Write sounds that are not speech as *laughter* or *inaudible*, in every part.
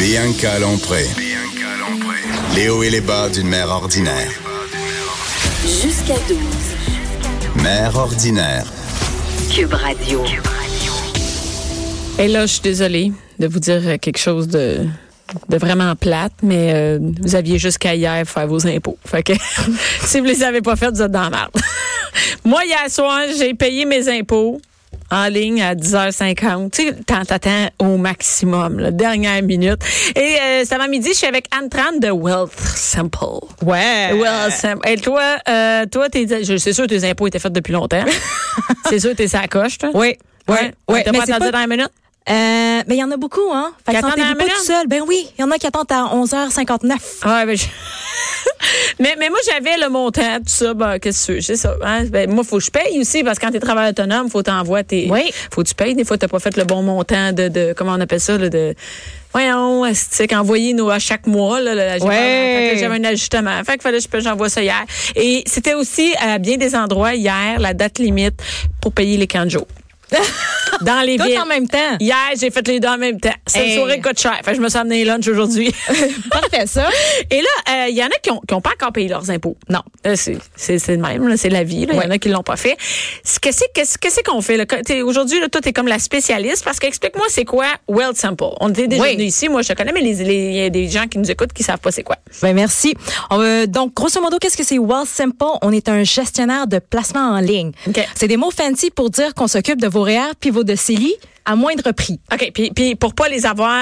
Bianca Lompré. Les hauts et les bas d'une mère ordinaire. Jusqu'à 12. Mère ordinaire. Cube Radio. Et là, je suis désolée de vous dire euh, quelque chose de, de vraiment plate, mais euh, vous aviez jusqu'à hier pour faire vos impôts. Fait que *laughs* si vous les avez pas faites, vous êtes dans la merde. *laughs* Moi, hier soir, j'ai payé mes impôts en ligne à 10h50. Tu sais, t'en- t'attends au maximum, la dernière minute. Et euh, cet avant-midi, je suis avec Anne Tran de Wealth Simple. Ouais. Well, Sam. Et toi, euh, toi, tes, je- c'est sûr que tes impôts étaient faits depuis longtemps. *laughs* c'est sûr que t'es à coche, toi. Oui. Oui. Oui. T'as Mais pas c'est attendu pas- dans la minute? Euh, mais il y en a beaucoup, hein? Fait Qui que attendent à la sentez-vous pas minute? tout seul. Ben oui, il y en a qui attendent à 11h59. Ouais, ben, je- *laughs* mais, mais moi, j'avais le montant, tout ça. Ben, qu'est-ce que tu veux, c'est ça. hein? Ben, moi, faut que je paye aussi, parce que quand t'es travailleur autonome, faut t'envoyer tes. Oui. Faut que tu payes. Des fois, t'as pas fait le bon montant de, de comment on appelle ça, là, de. Voyons, tu sais, qu'envoyer nous à chaque mois, là, là, j'avais, Ouais. fait que là, j'avais un ajustement. Fait que fallait que je- j'envoie ça hier. Et c'était aussi, à bien des endroits, hier, la date limite pour payer les canjos. *laughs* Dans les Tout villes. en même temps. Hier, j'ai fait les deux en même temps. Cette Hey. soirée coûte cher. Fait que je me suis amené lunch aujourd'hui. *laughs* Parfait, *laughs* ça. Et là, euh, il y en a qui n'ont pas encore payé leurs impôts. Non. Euh, C'est c'est- c'est le même, là, c'est la vie. là. Il y en a qui l'ont pas fait. Ce que c'est- Qu'est-ce qu'est-ce qu'on fait? là? Que- t'es- Aujourd'hui, là, toi, tu es comme la spécialiste parce qu'explique-moi, c'est quoi World Sample? On était déjà Oui. venu ici, moi, je te connais, mais les- les- il y a des gens qui nous écoutent qui savent pas c'est quoi. Ben merci. On, euh, donc, grosso modo, qu'est-ce que c'est Wealth Simple? On est un gestionnaire de placement en ligne. OK. C'est des mots fancy pour dire qu'on s'occupe de vos REER puis vos CELI à moindre prix. OK, puis, puis pour pas les avoir,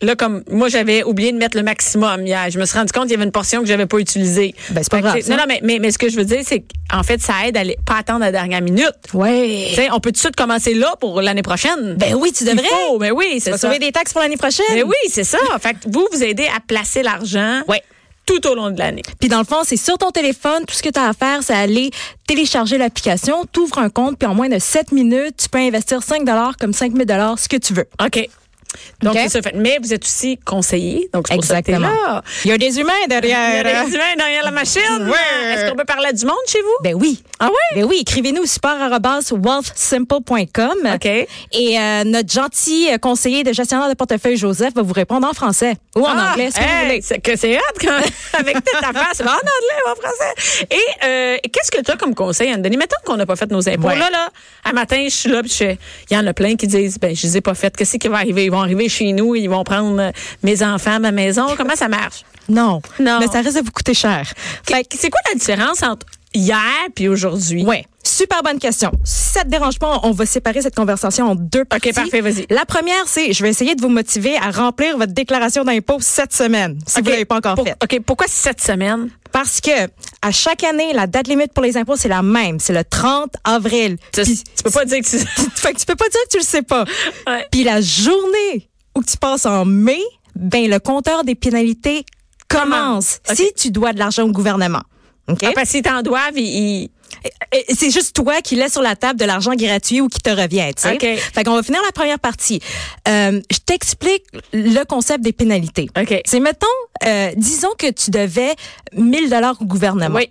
là, comme moi, j'avais oublié de mettre le maximum hier. Je me suis rendu compte qu'il y avait une portion que j'avais pas utilisée. Ben, c'est pas Fait que grave, c'est- Non, ça. non, mais, mais, mais ce que je veux dire, c'est qu'en fait, ça aide à les- pas attendre la dernière minute. Ouais. Tu sais, on peut tout de suite commencer là pour l'année prochaine. Ben oui, tu devrais. Ben Il faut, mais oui, Tu c'est vas ça. sauver des taxes pour l'année prochaine. Mais oui, c'est ça. Fait que vous, vous aidez à placer l'argent Ouais. tout au long de l'année. Puis dans le fond, c'est sur ton téléphone. Tout ce que tu as à faire, c'est aller télécharger l'application, t'ouvres un compte, puis en moins de 7 minutes, tu peux investir 5 comme 5 000 ce que tu veux. OK. Donc, OK. c'est ça. Fait- Mais vous êtes aussi conseiller. Donc, c'est pour ça que t'es là. Il y a des humains Il y a derrière. des humains derrière la machine. euh, Ouais. Est-ce qu'on peut parler à du monde chez vous? Ben oui. Ah ouais? Ben oui, écrivez-nous support@wealthsimple.com. OK. Et euh, notre gentil euh, conseiller de gestionnaire de portefeuille Joseph va vous répondre en français ou en Ah, anglais, ce que vous hey, voulez. C'est que c'est hot *laughs* quand, avec toute ta face. mais En anglais, ou en français. Et euh, qu'est-ce que tu as comme conseil, Anthony? Mettons qu'on n'a pas fait nos impôts. Ouais. Là, là, un matin, je suis là, puis je fais- il y en a plein qui disent, ben, je les ai pas faites. Qu'est-ce qui va arriver? Ils vont arriver chez nous, ils vont prendre euh, mes enfants, ma maison. Comment ça marche? Non. Non. Mais ça risque de vous coûter cher. Fait que C'est quoi la différence entre hier puis aujourd'hui? Ouais. Super bonne question. Si ça te dérange pas, on va séparer cette conversation en deux parties. parfait, vas-y. La première, c'est je vais essayer de vous motiver à remplir votre déclaration d'impôt cette semaine, si OK. vous l'avez pas encore Pour- faite. OK, pourquoi cette semaine? Parce que à chaque année, la date limite pour les impôts, c'est la même, c'est le 30 avril. Tu, Puis- tu peux pas dire que tu... *laughs* fait que tu peux pas dire que tu le sais pas. Ouais. Puis la journée où tu passes en mai, ben le compteur des pénalités commence. Commence. Si tu dois de l'argent au gouvernement. OK? Ah, parce qu'ils t'en doivent, ils... ils- Et- et C'est juste toi qui laisse sur la table de l'argent gratuit ou qui te revient, tu sais. OK. Fait qu'on va finir la première partie. Euh, je t'explique le concept des pénalités. OK. C'est mettons, euh, disons que tu devais 1000 dollars au gouvernement. Oui.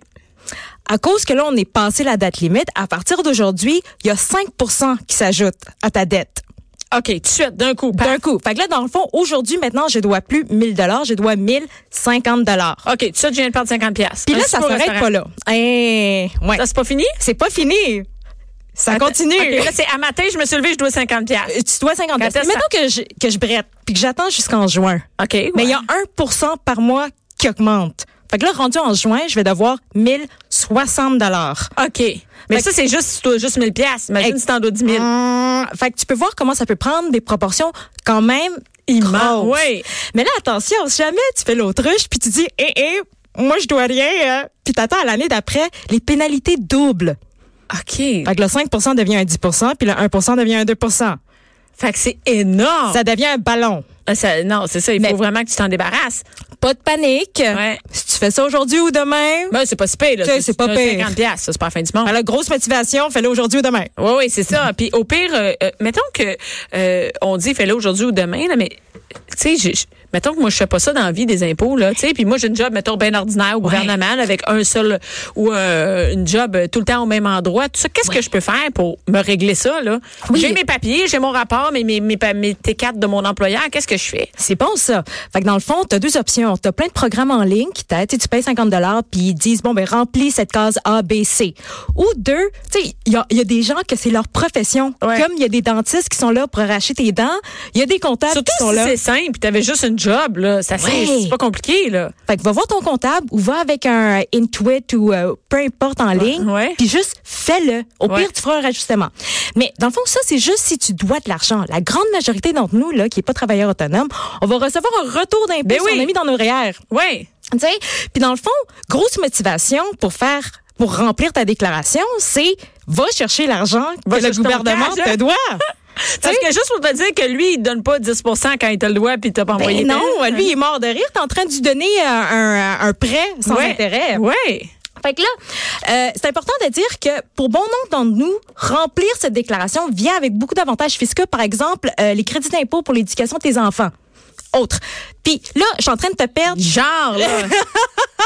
À cause que là, on est passé la date limite, à partir d'aujourd'hui, il y a 5 qui s'ajoute à ta dette. OK, tout de suite, d'un coup. paf. D'un coup. Fait que là, dans le fond, aujourd'hui, maintenant, je dois plus 1000 dollars, je dois 1050 dollars. OK, tout de suite, je viens de perdre 50 pièces. Puis là, ça s'arrête pas là. Eh, ouais. Ça, c'est pas fini? C'est pas fini. Ça continue. OK, là, c'est à matin, je me suis levée, je dois 50 pièces. tu dois 50 Quand est-ce Mettons que je, que je brette, puis que j'attends jusqu'en juin. OK. ouais. Mais il y a 1 par mois qui augmente. Fait que là, rendu en juin, je vais devoir 1060 dollars. OK. Mais Fait Ah. ça, c'est juste, si tu dois juste 1000 pièces. Imagine Ex- si t'en dois 10 000. Fait que tu peux voir comment ça peut prendre des proportions quand même Ah, immenses. oui. Mais là, attention, si jamais tu fais l'autruche, puis tu dis, eh, eh, moi, je dois rien, hein. puis t'attends à l'année d'après, les pénalités doublent. OK. Fait que le 5 devient un 10 puis le 1 devient un 2 Fait que c'est énorme. Ça devient un ballon. Ah, ça- non, c'est ça. Il Mais- faut vraiment que tu t'en débarrasses. Pas de panique. Ouais. Si tu fais ça aujourd'hui ou demain, Ben, c'est pas si pire, là. Tu sais, c'est pas un pire. 50$, piastres, ça, c'est pas la fin du monde. la grosse motivation, fais-le aujourd'hui ou demain. Oui, oui, c'est ça. Puis au pire, euh, euh, mettons que euh, on dit fais-le aujourd'hui ou demain, là, mais tu sais, je- je- mettons que moi je fais pas ça dans la vie des impôts, là, tu sais, puis moi j'ai une job, mettons, bien ordinaire au gouvernement, là, avec un seul ou euh, une job euh, tout le temps au même endroit. Tout ça, qu'est-ce que je peux faire pour me régler ça, là? Oui. J'ai mes papiers, j'ai mon rapport, mes, mes, mes, pa- mes T4 de mon employeur, qu'est-ce que je fais? C'est bon ça. Fait que dans le fond, tu as deux options. Tu as plein de programmes en ligne qui t'aident. Tu sais, Tu payes 50 puis ils disent, bon, ben remplis cette case A, B, C. Ou deux, tu sais, il y a, il y a des gens que c'est leur profession. Ouais. Comme il y a des dentistes qui sont là pour arracher tes dents, il y a des comptables Surtout qui sont si là. c'est simple, puis t'avais juste une job, là, ça c'est- Ouais. c'est pas compliqué, là. Fait que va voir ton comptable ou va avec un euh, Intuit ou euh, peu importe en ligne. ouais. Puis juste fais-le. Au Ouais. pire, tu feras un rajustement. Mais dans le fond, ça, c'est juste si tu dois de l'argent. La grande majorité d'entre nous, là, qui n'est pas travailleur autonome, on va recevoir un retour d'impôt Ben sur oui. on a mis dans nos REER. Oui. Tu sais? Puis dans le fond, grosse motivation pour faire, pour remplir ta déclaration, c'est va chercher l'argent Va que le chercher ton gouvernement cash, hein? là. te *laughs* doit. Parce que juste pour te dire que lui, il te donne pas 10 quand il te le doit, puis t'as pas envoyé Ben non, tel. lui, il est mort de rire. T'es en train de lui donner euh, un, un prêt sans Ouais. intérêt. Ouais. Fait que là, euh, c'est important de dire que pour bon nombre d'entre nous, remplir cette déclaration vient avec beaucoup d'avantages fiscaux, par exemple euh, les crédits d'impôt pour l'éducation de tes enfants. Autre. Puis là, je suis en train de te perdre. Genre, là. *laughs*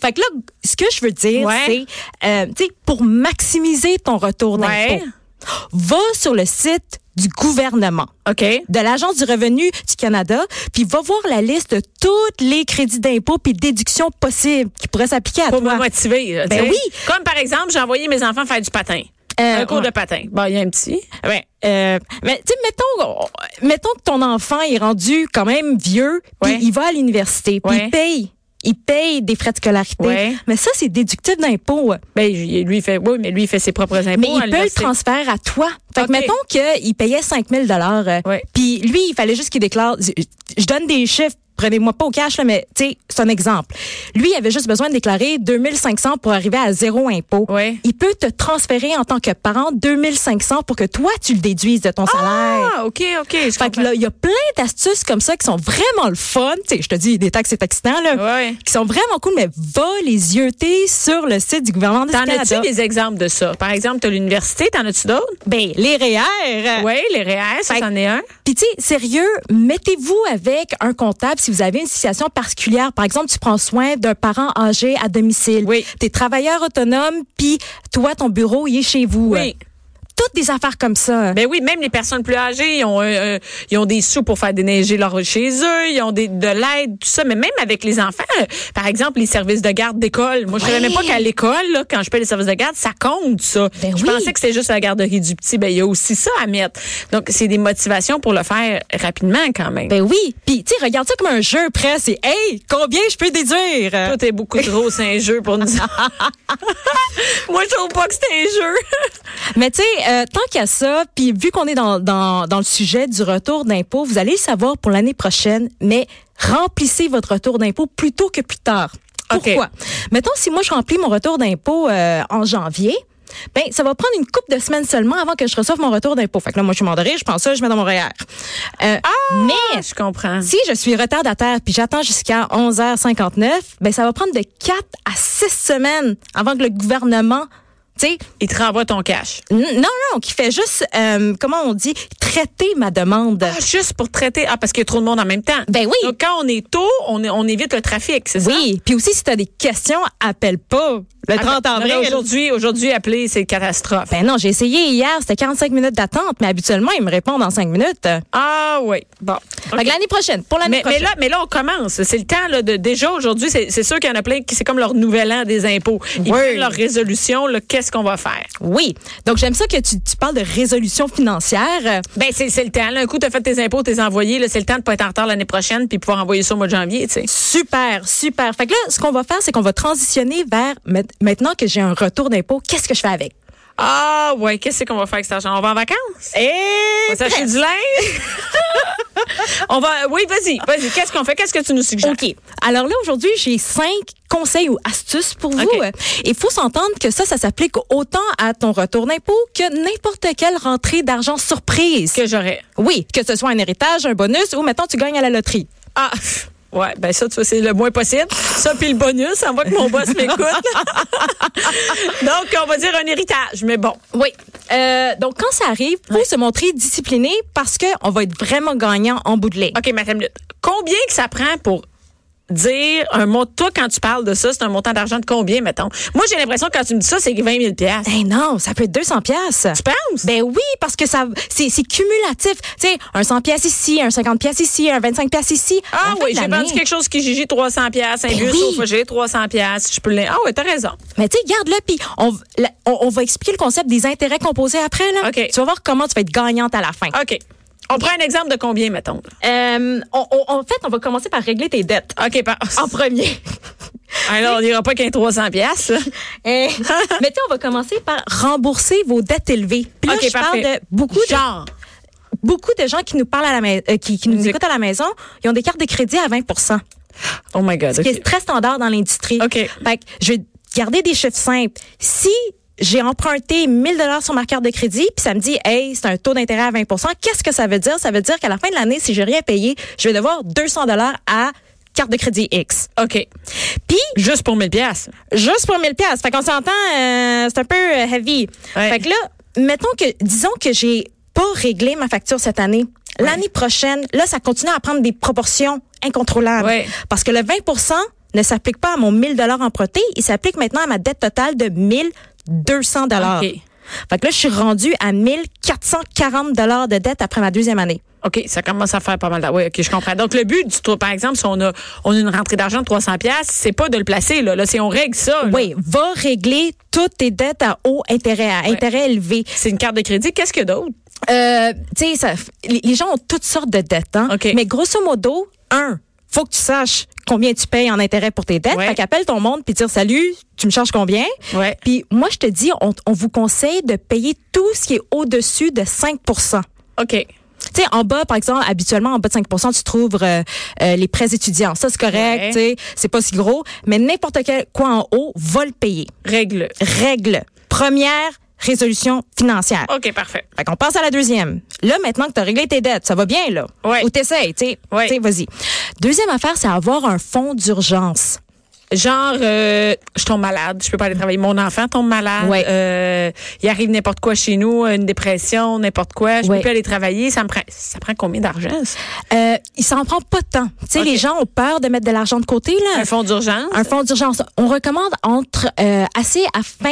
Fait que là, ce que je veux dire, Ouais. c'est, euh, tu sais, pour maximiser ton retour d'impôt, Ouais. va sur le site du gouvernement. OK. de l'Agence du revenu du Canada, puis va voir la liste de tous les crédits d'impôt puis déductions possibles qui pourraient s'appliquer à Pour toi. me motiver. là, Ben tu sais. oui. Comme par exemple, j'ai envoyé mes enfants faire du patin. Euh, un cours ouais. de patin. Bon, il y a un petit. Ouais, euh, mais tu sais, mettons, on- mettons que ton enfant est rendu quand même vieux, puis Ouais. il va à l'université, puis Ouais. il paye. Il paye des frais de scolarité. Ouais. Mais ça, c'est déductible d'impôt. Ben, j- lui, il fait, oui, mais lui, il fait ses propres impôts. Mais il peut à le l'université. transférer à toi. Fait Ok. que mettons qu'il payait 5 000 euh, Ouais. Puis lui, il fallait juste qu'il déclare. Je, je donne des chiffres, prenez-moi pas au cash, là, mais tu sais, c'est un exemple. Lui, il avait juste besoin de déclarer 2 500 pour arriver à zéro impôt. Ouais. Il peut te transférer en tant que parent 2 500 pour que toi, tu le déduises de ton salaire. Ah, OK, OK. Fait Je que comprends. là, il y a plein d'astuces comme ça qui sont vraiment le fun. Tu sais, je te dis, des taxes, c'est excitant, là. Ouais. Qui sont vraiment cool, mais va les yeuter sur le site du gouvernement du T'en Canada. as-tu des exemples de ça? Par exemple, t'as l'université, t'en as-tu d'autres? Ben, les REER. Oui, les REER, ça, Fait- c'en est un. Puis tu sais, sérieux, mettez-vous avec un comptable si vous avez une situation particulière. Par exemple, tu prends soin d'un parent âgé à domicile. Oui. T'es travailleur autonome, puis toi, ton bureau, il est chez vous. Oui. Toutes des affaires comme ça. Ben oui, même les personnes plus âgées, ils ont, un- un- ils ont des sous pour faire déneiger leur chez eux, ils ont des, de l'aide, tout ça. Mais même avec les enfants, euh, par exemple, les services de garde d'école. Moi, je savais même pas qu'à l'école, là, quand je paye les services de garde, ça compte, ça. Ben je oui. pensais que c'était juste la garderie du petit. Ben, il y a aussi ça à mettre. Donc, c'est des motivations pour le faire rapidement, quand même. Ben oui. Puis tu sais, regarde ça comme un jeu presque. C'est, hey, combien je peux déduire? Toi, *laughs* t'es beaucoup trop, c'est un jeu pour nous. Moi, je trouve pas que c'est un jeu. Mais tu sais, euh, tant qu'à ça, puis vu qu'on est dans, dans, dans le sujet du retour d'impôt, vous allez le savoir pour l'année prochaine, mais remplissez votre retour d'impôt plus tôt que plus tard. OK. Pourquoi? Mettons, si moi, je remplis mon retour d'impôt euh, en janvier, ben, ça va prendre une couple de semaines seulement avant que je reçoive mon retour d'impôt. Fait que là, moi, je suis mandorée, je pense ça, je mets dans mon REER. Euh, mais *laughs* je comprends. si je suis retardataire puis j'attends jusqu'à 11h59, ben, ça va prendre de 4 à 6 semaines avant que le gouvernement, tu sais, Il te renvoie ton cash. N- Non, non, qui fait juste, euh, comment on dit, traiter ma demande. Ah, juste pour traiter. Ah, parce qu'il y a trop de monde en même temps. Ben oui. Donc, quand on est tôt, on, est- on évite le trafic, c'est ça? oui, puis aussi, si tu as des questions, appelle pas le 30 Ah, ben, non, avril. mais Aujourd'hui, aujourd'hui, appeler, c'est catastrophe. ben non, j'ai essayé hier, c'était 45 minutes d'attente, mais habituellement, ils me répondent en 5 minutes. Ah oui. Bon. Fait OK. que l'année prochaine, pour l'année Mais, mais prochaine. là, mais là, on commence. C'est le temps là, de déjà aujourd'hui. C'est c'est sûr qu'il y en a plein qui c'est comme leur nouvel an des impôts. Ils Oui. prennent leur résolution. là, Qu'est-ce qu'on va faire oui. Donc, j'aime ça que tu, tu parles de résolution financière. Ben c'est c'est le temps. Là. Un coup, t'as fait tes impôts, t'es envoyé. là, C'est le temps de pas être en retard l'année prochaine puis pouvoir envoyer ça au mois de janvier. Tu sais. Super, super. Fait que là, ce qu'on va faire, c'est qu'on va transitionner vers ma- maintenant que j'ai un retour d'impôt, qu'est-ce que je fais avec? Ah ouais. Qu'est-ce qu'on va faire avec cet argent On va en vacances Et On va s'acheter du linge on *laughs* On va, oui, vas-y, vas-y. Qu'est-ce qu'on fait? Qu'est-ce que tu nous suggères? OK. Alors là, aujourd'hui, j'ai cinq conseils ou astuces pour vous. OK. Euh, Il faut s'entendre que ça, ça s'applique autant à ton retour d'impôt que n'importe quelle rentrée d'argent surprise. Que j'aurais. Oui, que ce soit un héritage, un bonus ou, mettons, tu gagnes à la loterie. Ah! Ouais, ben ça, tu vois, c'est le moins possible. Ça, puis le bonus, ça voit que mon boss m'écoute. *laughs* Donc, on va dire un héritage, mais bon. Oui. Euh, donc, quand ça arrive, faut se montrer discipliné parce que on va être vraiment gagnant en bout de ligne. OK, madame Lutte, combien que ça prend pour dire un mot? Toi, quand tu parles de ça, c'est un montant d'argent de combien, mettons? Moi, j'ai l'impression que quand tu me dis ça, c'est 20 000 piastres. Ben non, ça peut être 200 pièces. Tu penses? Ben oui, parce que ça c'est c'est cumulatif. Tu sais, un 100 pièces ici, un 50 pièces ici, un 25 pièces ici. ah En fin oui, de j'ai l'année. vendu quelque chose qui gigi 300 pièces, un Ben bus oui. au j'ai 300 pièces, je peux le... Ah oui, t'as raison. Mais tu sais, garde-le puis on, la- on on va expliquer le concept des intérêts composés après là. OK. Tu vas voir comment tu vas être gagnante à la fin. OK. On prend un exemple de combien, mettons? là? Euh, on- on- en fait, on va commencer par régler tes dettes OK, Ah, par... en premier. Alors, on n'ira pas qu'un 300 pièces. *laughs* Eh, Mais tu sais, on va commencer par rembourser vos dettes élevées. Puis là, OK, je parle de parfait. beaucoup de Genre. beaucoup de gens qui nous parlent à la mais- euh, qui, qui nous Musique. écoutent à la maison, ils ont des cartes de crédit à 20 Oh my God. ce qui OK. est très standard dans l'industrie. OK. Fait que je vais garder des chiffres simples. Si j'ai emprunté 1000 dollars sur ma carte de crédit, puis ça me dit, hey, c'est un taux d'intérêt à 20 qu'est-ce que ça veut dire? Ça veut dire qu'à la fin de l'année, si j'ai rien payé, je vais devoir 200 dollars à carte de crédit X. OK. Puis, Juste pour 1000 pièces. juste pour 1000 pièces. Fait qu'on s'entend, euh, c'est un peu euh, heavy. Ouais. Fait que là, mettons que, disons que j'ai pas réglé ma facture cette année. L'année prochaine, là, ça continue à prendre des proportions incontrôlables. Ouais. Parce que le 20 ne s'applique pas à mon 1000 dollars emprunté, il s'applique maintenant à ma dette totale de 1200 dollars. OK. Fait que là, je suis rendue à 1440 dollars de dette après ma deuxième année. OK, ça commence à faire pas mal. d'a- Oui, OK, je comprends. Donc, le but du tour, par exemple, si on a, on a une rentrée d'argent de 300 pièces, c'est pas de le placer, là. Là, c'est on règle ça. Oh là. Oui, va régler toutes tes dettes à haut intérêt, à intérêt élevé. C'est une carte de crédit. Qu'est-ce qu'il y a d'autre? Euh, tu sais, ça- les les gens ont toutes sortes de dettes. Hein? OK. Mais grosso modo, un, faut que tu saches combien tu payes en intérêt pour tes dettes. Ouais. Fait qu'appelle ton monde puis dire salut, tu me charges combien? Ouais. Puis moi, je te dis, on, on vous conseille de payer tout ce qui est au-dessus de 5 OK. tu sais, en bas, par exemple, habituellement, en bas de 5 tu trouves euh, euh, les prêts étudiants. Ça, c'est correct, Ouais. tu sais, c'est pas si gros. Mais n'importe quel quoi en haut, va le payer. Règle. Règle. Première résolution financière. OK, parfait. Fait qu'on passe à la deuxième. Là, maintenant que tu as réglé tes dettes, ça va bien, là. Ouais. Ou t'essayes, tu sais. Ouais. Tu sais, Vas-y. Deuxième affaire, c'est avoir un fonds d'urgence. Genre, euh, je tombe malade, je peux pas aller travailler. Mon enfant tombe malade. Ouais. euh, il arrive n'importe quoi chez nous, une dépression, n'importe quoi. Je Ouais. peux plus aller travailler. Ça me prend, ça prend combien d'argent? *laughs* ça? Euh, il s'en prend pas de temps. Tu sais, Ok. les gens ont peur de mettre de l'argent de côté, là. Un fonds d'urgence. Un fonds d'urgence. On recommande entre euh, assez afin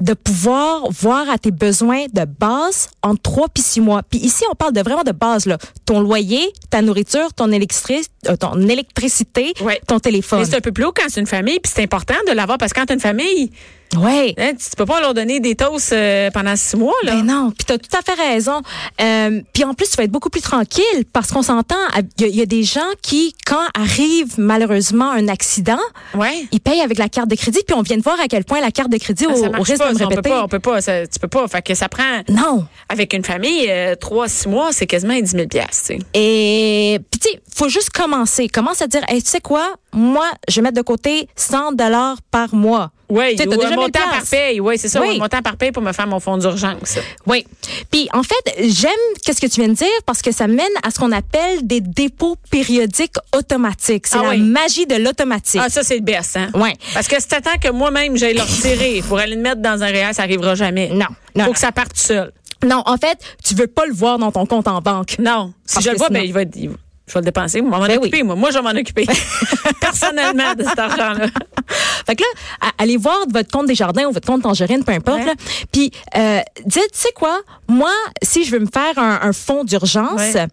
de pouvoir voir à tes besoins de base en trois puis six mois. Puis ici, on parle de vraiment de base, là. Ton loyer, ta nourriture, ton, électri- euh, ton électricité, Ouais. ton téléphone. Mais c'est un peu plus haut quand c'est une famille, puis c'est important de l'avoir parce que quand t'as une famille, Ouais. hein, tu, tu peux pas leur donner des toasts euh, pendant six mois là. Ben non, puis t'as tout à fait raison. Euh, puis en plus, tu vas être beaucoup plus tranquille parce qu'on s'entend, il y, a- il y a des gens qui, quand arrive malheureusement un accident, Ouais. Ah, ils payent avec la carte de crédit, puis on vient de voir à quel point la carte de crédit, au, ça au marche risque pas, de me ça, on peut répéter, pas, on peut pas, ça- tu peux pas. Fait que ça prend non. avec une famille euh, trois six mois, c'est quasiment 10 000 pièces. Et puis tu sais, faut juste commencer. Commence à dire, hey, tu sais quoi, moi, je vais mettre de côté 100 dollars par mois. Oui, Tu sais, t'as ou déjà un 1000 montant par piastres. paye. Oui, c'est ça, Oui. un montant par paye pour me faire mon fonds d'urgence. Oui. Puis en fait, j'aime qu'est-ce que tu viens de dire parce que ça mène à ce qu'on appelle des dépôts périodiques automatiques. C'est Ah la oui. magie de l'automatique. Ah, ça, c'est le best, hein? Ouais. Parce que si t'attends que moi-même, j'aille le retirer pour aller le mettre dans un réel, ça arrivera jamais. Non, non, Faut non. que ça parte tout seul. Non, en fait, tu veux pas le voir dans ton compte en banque. *laughs* Non. Si Parce je le que vois, sinon- ben, il va, être- il- je vais le dépenser. Moi, m'en Ben oui. occuper, moi. Moi, je vais m'en *laughs* occuper. Personnellement, de cet argent-là. Fait que là, à- allez voir votre compte des jardins ou votre compte tangerine, peu importe. Ouais. là. Puis euh, dites, tu sais quoi, moi, si je veux me faire un, un fonds d'urgence. Ouais.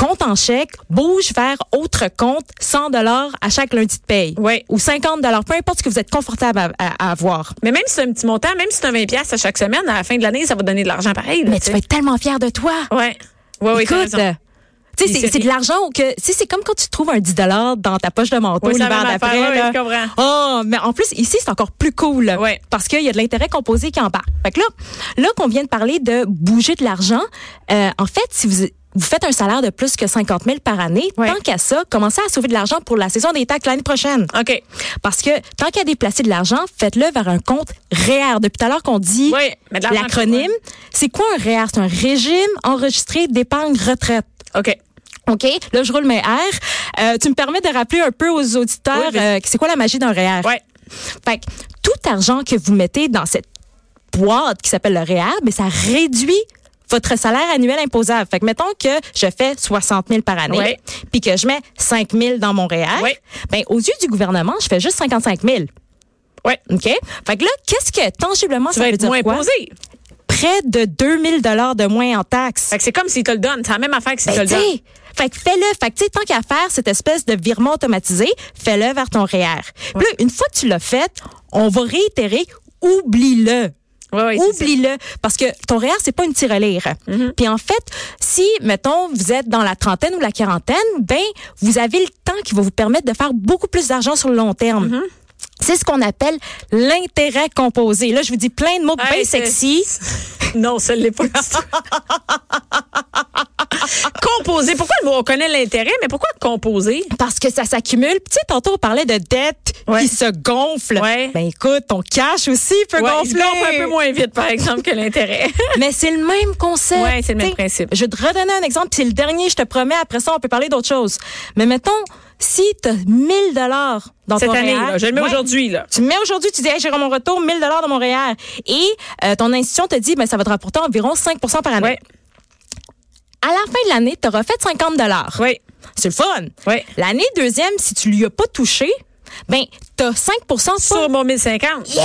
Compte en chèque, bouge vers autre compte, 100 dollars à chaque lundi de paye. Ouais. Ou 50 dollars, peu importe ce que vous êtes confortable à- à- à avoir. Mais même si c'est un petit montant, même si c'est un 20$ piastres à chaque semaine, à la fin de l'année, ça va donner de l'argent pareil. là, Mais tu vas être tellement fier de toi. Ouais. Ouais, ouais, Oh, t'as Écoute, raison. tu sais, Puis c'est- c'est- c'est de l'argent que, tu sais, c'est comme quand tu trouves un 10 dans ta poche de manteau Ouais, c'est la l'hiver même affaire, d'après. ouais, là. je comprends. Oh, mais en plus, ici, c'est encore plus cool. Ouais. Parce qu'il y a de l'intérêt composé qui embarque. Fait que là, là qu'on vient de parler de bouger de l'argent, euh, en fait, si vous, vous faites un salaire de plus que 50 000 par année, Ouais. tant qu'à ça, commencez à sauver de l'argent pour la saison des taxes l'année prochaine. OK. Parce que tant qu'à déplacer de l'argent, faites-le vers un compte REER. Depuis tout à l'heure qu'on dit Oui, mais de l'argent, l'acronyme, c'est quoi un REER? C'est un régime enregistré d'épargne retraite. OK. OK, là, je roule mes R. Euh, tu me permets de rappeler un peu aux auditeurs Oui, vas-y. euh, c'est quoi la magie d'un REER? Ouais. Fait que tout argent que vous mettez dans cette boîte qui s'appelle le REER, mais ça réduit votre salaire annuel imposable. Fait que mettons que je fais 60 000 par année, Ouais. puis que je mets 5 000 dans mon REER, Ouais. ben, aux yeux du gouvernement, je fais juste 55 000. Ouais. OK? Fait que là, qu'est-ce que tangiblement Tu ça vas veut être dire moins quoi? posé. Près de 2 000 de moins en taxes. Fait que c'est comme s'il te le donne. C'est la même affaire que s'il Ben, te le donne. t'sais, fait que fais-le. Fait que, tu sais, tant qu'à faire cette espèce de virement automatisé, fais-le vers ton REER. Puis là, une fois que tu l'as fait, on va réitérer, oublie-le. Ouais, ouais, c'est ça. Mm-hmm. Oublie-le. Parce que ton REER, c'est pas une tirelire. Puis en fait, si, mettons, vous êtes dans la trentaine ou la quarantaine, ben, vous avez le temps qui va vous permettre de faire beaucoup plus d'argent sur le long terme. Mm-hmm. C'est ce qu'on appelle l'intérêt composé. Là, je vous dis plein de mots bien Hey, c'est- sexy. Non, ça ne l'est pas. du tout. *laughs* composer. Pourquoi le mot? On connaît l'intérêt, mais pourquoi composer? parce que ça s'accumule. Puis, Tu sais, tantôt, on parlait de dette Ouais. qui se gonfle. Ouais. Ben écoute, ton cash aussi peut Ouais, il se gonfler. gonfle un peu moins vite, par exemple, que l'intérêt. Mais c'est le même concept. Ouais, c'est le même T'sais, principe. Je vais te redonner un exemple, puis c'est le dernier, je te promets. Après ça, on peut parler d'autre chose. Mais mettons, si tu as 1000 dollars dans *laughs* Cette ton année, REER, là, je le mets ouais. aujourd'hui. là. Tu le mets aujourd'hui, tu dis, hey, j'ai mon retour 1000 dollars dans mon REER. Et euh, ton institution te dit, ben, ça va te rapporter environ 5 par année. Ouais. À la fin de l'année, tu auras fait 50 dollars. Oui. C'est le fun. Ouais. L'année deuxième, si tu lui as pas touché, ben, t'as 5 sur. Sur mon 1050. Yes!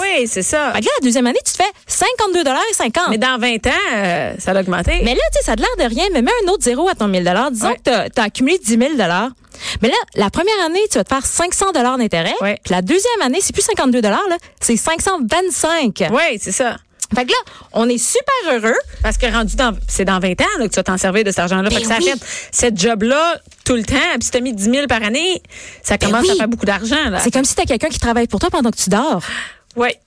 oui, c'est ça. Fait que là, la deuxième année, tu te fais 52 et 50. Mais dans 20 ans, euh, ça a augmenté. Mais là, tu sais, ça a l'air de rien, mais mets un autre zéro à ton 1000 Disons Ouais. que t'as- t'as accumulé 10 000 Mais là, la première année, tu vas te faire 500 d'intérêt. Ouais. Puis la deuxième année, c'est plus 52 là, c'est 525. Oui, c'est ça. Fait que là, on est super heureux. Parce que rendu dans, c'est dans 20 ans là, que tu vas t'en servir de cet argent-là. fait que ça Ben oui. fait cette job-là tout le temps. Puis si t'as mis 10 000 par année, ça commence à Ben oui. faire beaucoup d'argent. là. C'est comme si t'as quelqu'un qui travaille pour toi pendant que tu dors. Ouais.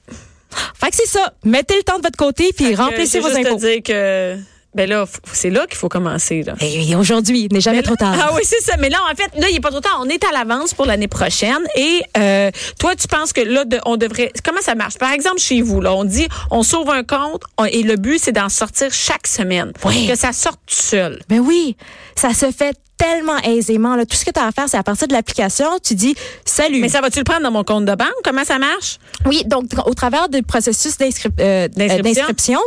Fait que c'est ça. Mettez le temps de votre côté puis remplissez Euh, je vos veux juste impôts. te dire que ben là, f- c'est là qu'il faut commencer. Là. Ben, Et aujourd'hui, il n'est jamais trop tard. Ah oui, c'est ça. Mais là, en fait, là, il n'est pas trop tard. On est à l'avance pour l'année prochaine. Et euh, toi, tu penses que là, de- on devrait. Comment ça marche? Par exemple, chez vous, là, on dit on s'ouvre un compte on- et le but, c'est d'en sortir chaque semaine. Oui. Que ça sorte tout seul. Ben oui, ça se fait tellement aisément. Là. Tout ce que tu as à faire, c'est à partir de l'application, tu dis salut. Mais ça va-tu le prendre dans mon compte de banque? Comment ça marche? Oui, donc au travers du processus d'inscrip- euh, D'inscription. d'inscription,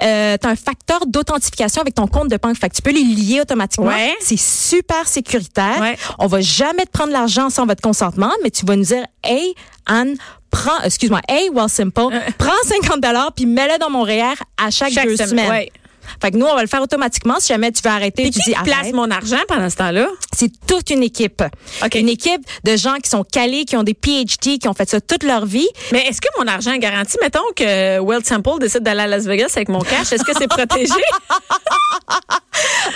tu as un facteur d'authentification avec ton compte de banque. Fait que tu peux les lier automatiquement. Ouais. C'est super sécuritaire. Ouais. On va jamais te prendre l'argent sans votre consentement, mais tu vas nous dire Hey, Anne, prends, excuse-moi, Hey, Well Simple, prends 50 puis mets-le dans mon REER à Euh. chaque, Chaque deux semaine, semaines. ouais. Fait que nous, on va le faire automatiquement. Si jamais tu veux arrêter, Et tu qui dis qui place arrête. mon argent pendant ce temps-là? C'est toute une équipe. OK. Une équipe de gens qui sont calés, qui ont des PhD, qui ont fait ça toute leur vie. Mais est-ce que mon argent est garanti? Mettons que Will Temple décide d'aller à Las Vegas avec mon cash. Est-ce que *laughs* c'est protégé?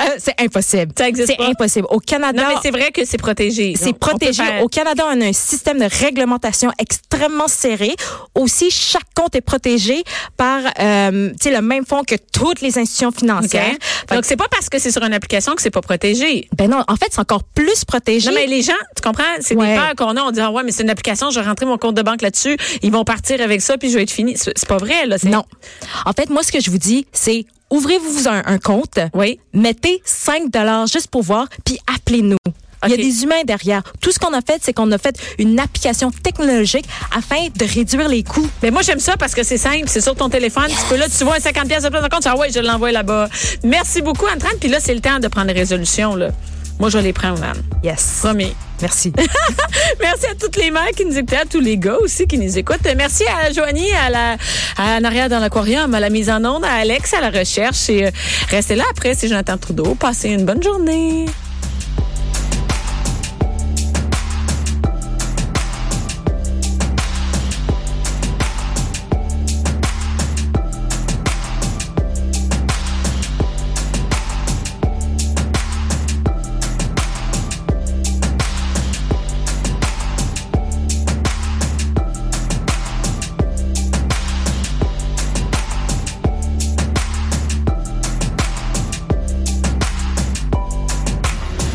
Euh, c'est impossible. Ça existe C'est pas. impossible. Au Canada, Non, mais c'est vrai que c'est protégé. c'est On peut protégé. faire- Au Canada, on a un système de réglementation extrêmement serré. Aussi, chaque compte est protégé par euh, tu sais, le même fonds que toutes les institutions OK. financières. Fait Donc que- c'est pas parce que c'est sur une application que c'est pas protégé. ben non, en fait, c'est encore plus protégé. Non, mais les gens, tu comprends, c'est des Ouais. peurs qu'on a. On dit, ah ouais, mais c'est une application, je vais rentrer mon compte de banque là-dessus, ils vont partir avec ça, puis je vais être fini. C'est c'est pas vrai, là. c'est- Non. En fait, moi, ce que je vous dis, c'est ouvrez-vous un, un compte. Oui. Mettez 5 dollars juste pour voir, puis appelez-nous. Il y a OK. des humains derrière. Tout ce qu'on a fait, c'est qu'on a fait une application technologique afin de réduire les coûts. Mais moi, j'aime ça parce que c'est simple. C'est sur ton téléphone. Tu peux là, tu vois un 50 pièces de plus de compte. Tu dis, ah ouais, je l'envoie là-bas. Merci beaucoup, Antoine. Puis là, c'est le temps de prendre les résolutions, là. Moi, je vais les prendre, Anne. Yes. Promis. Merci. Merci à toutes les mères qui nous écoutent, à tous les gars aussi qui nous écoutent. Euh, Merci à Joanie, à la, à en arrière dans l'aquarium, à la mise en onde, à Alex, à la recherche. Et euh, restez là après, c'est Jonathan Trudeau. Passez une bonne journée.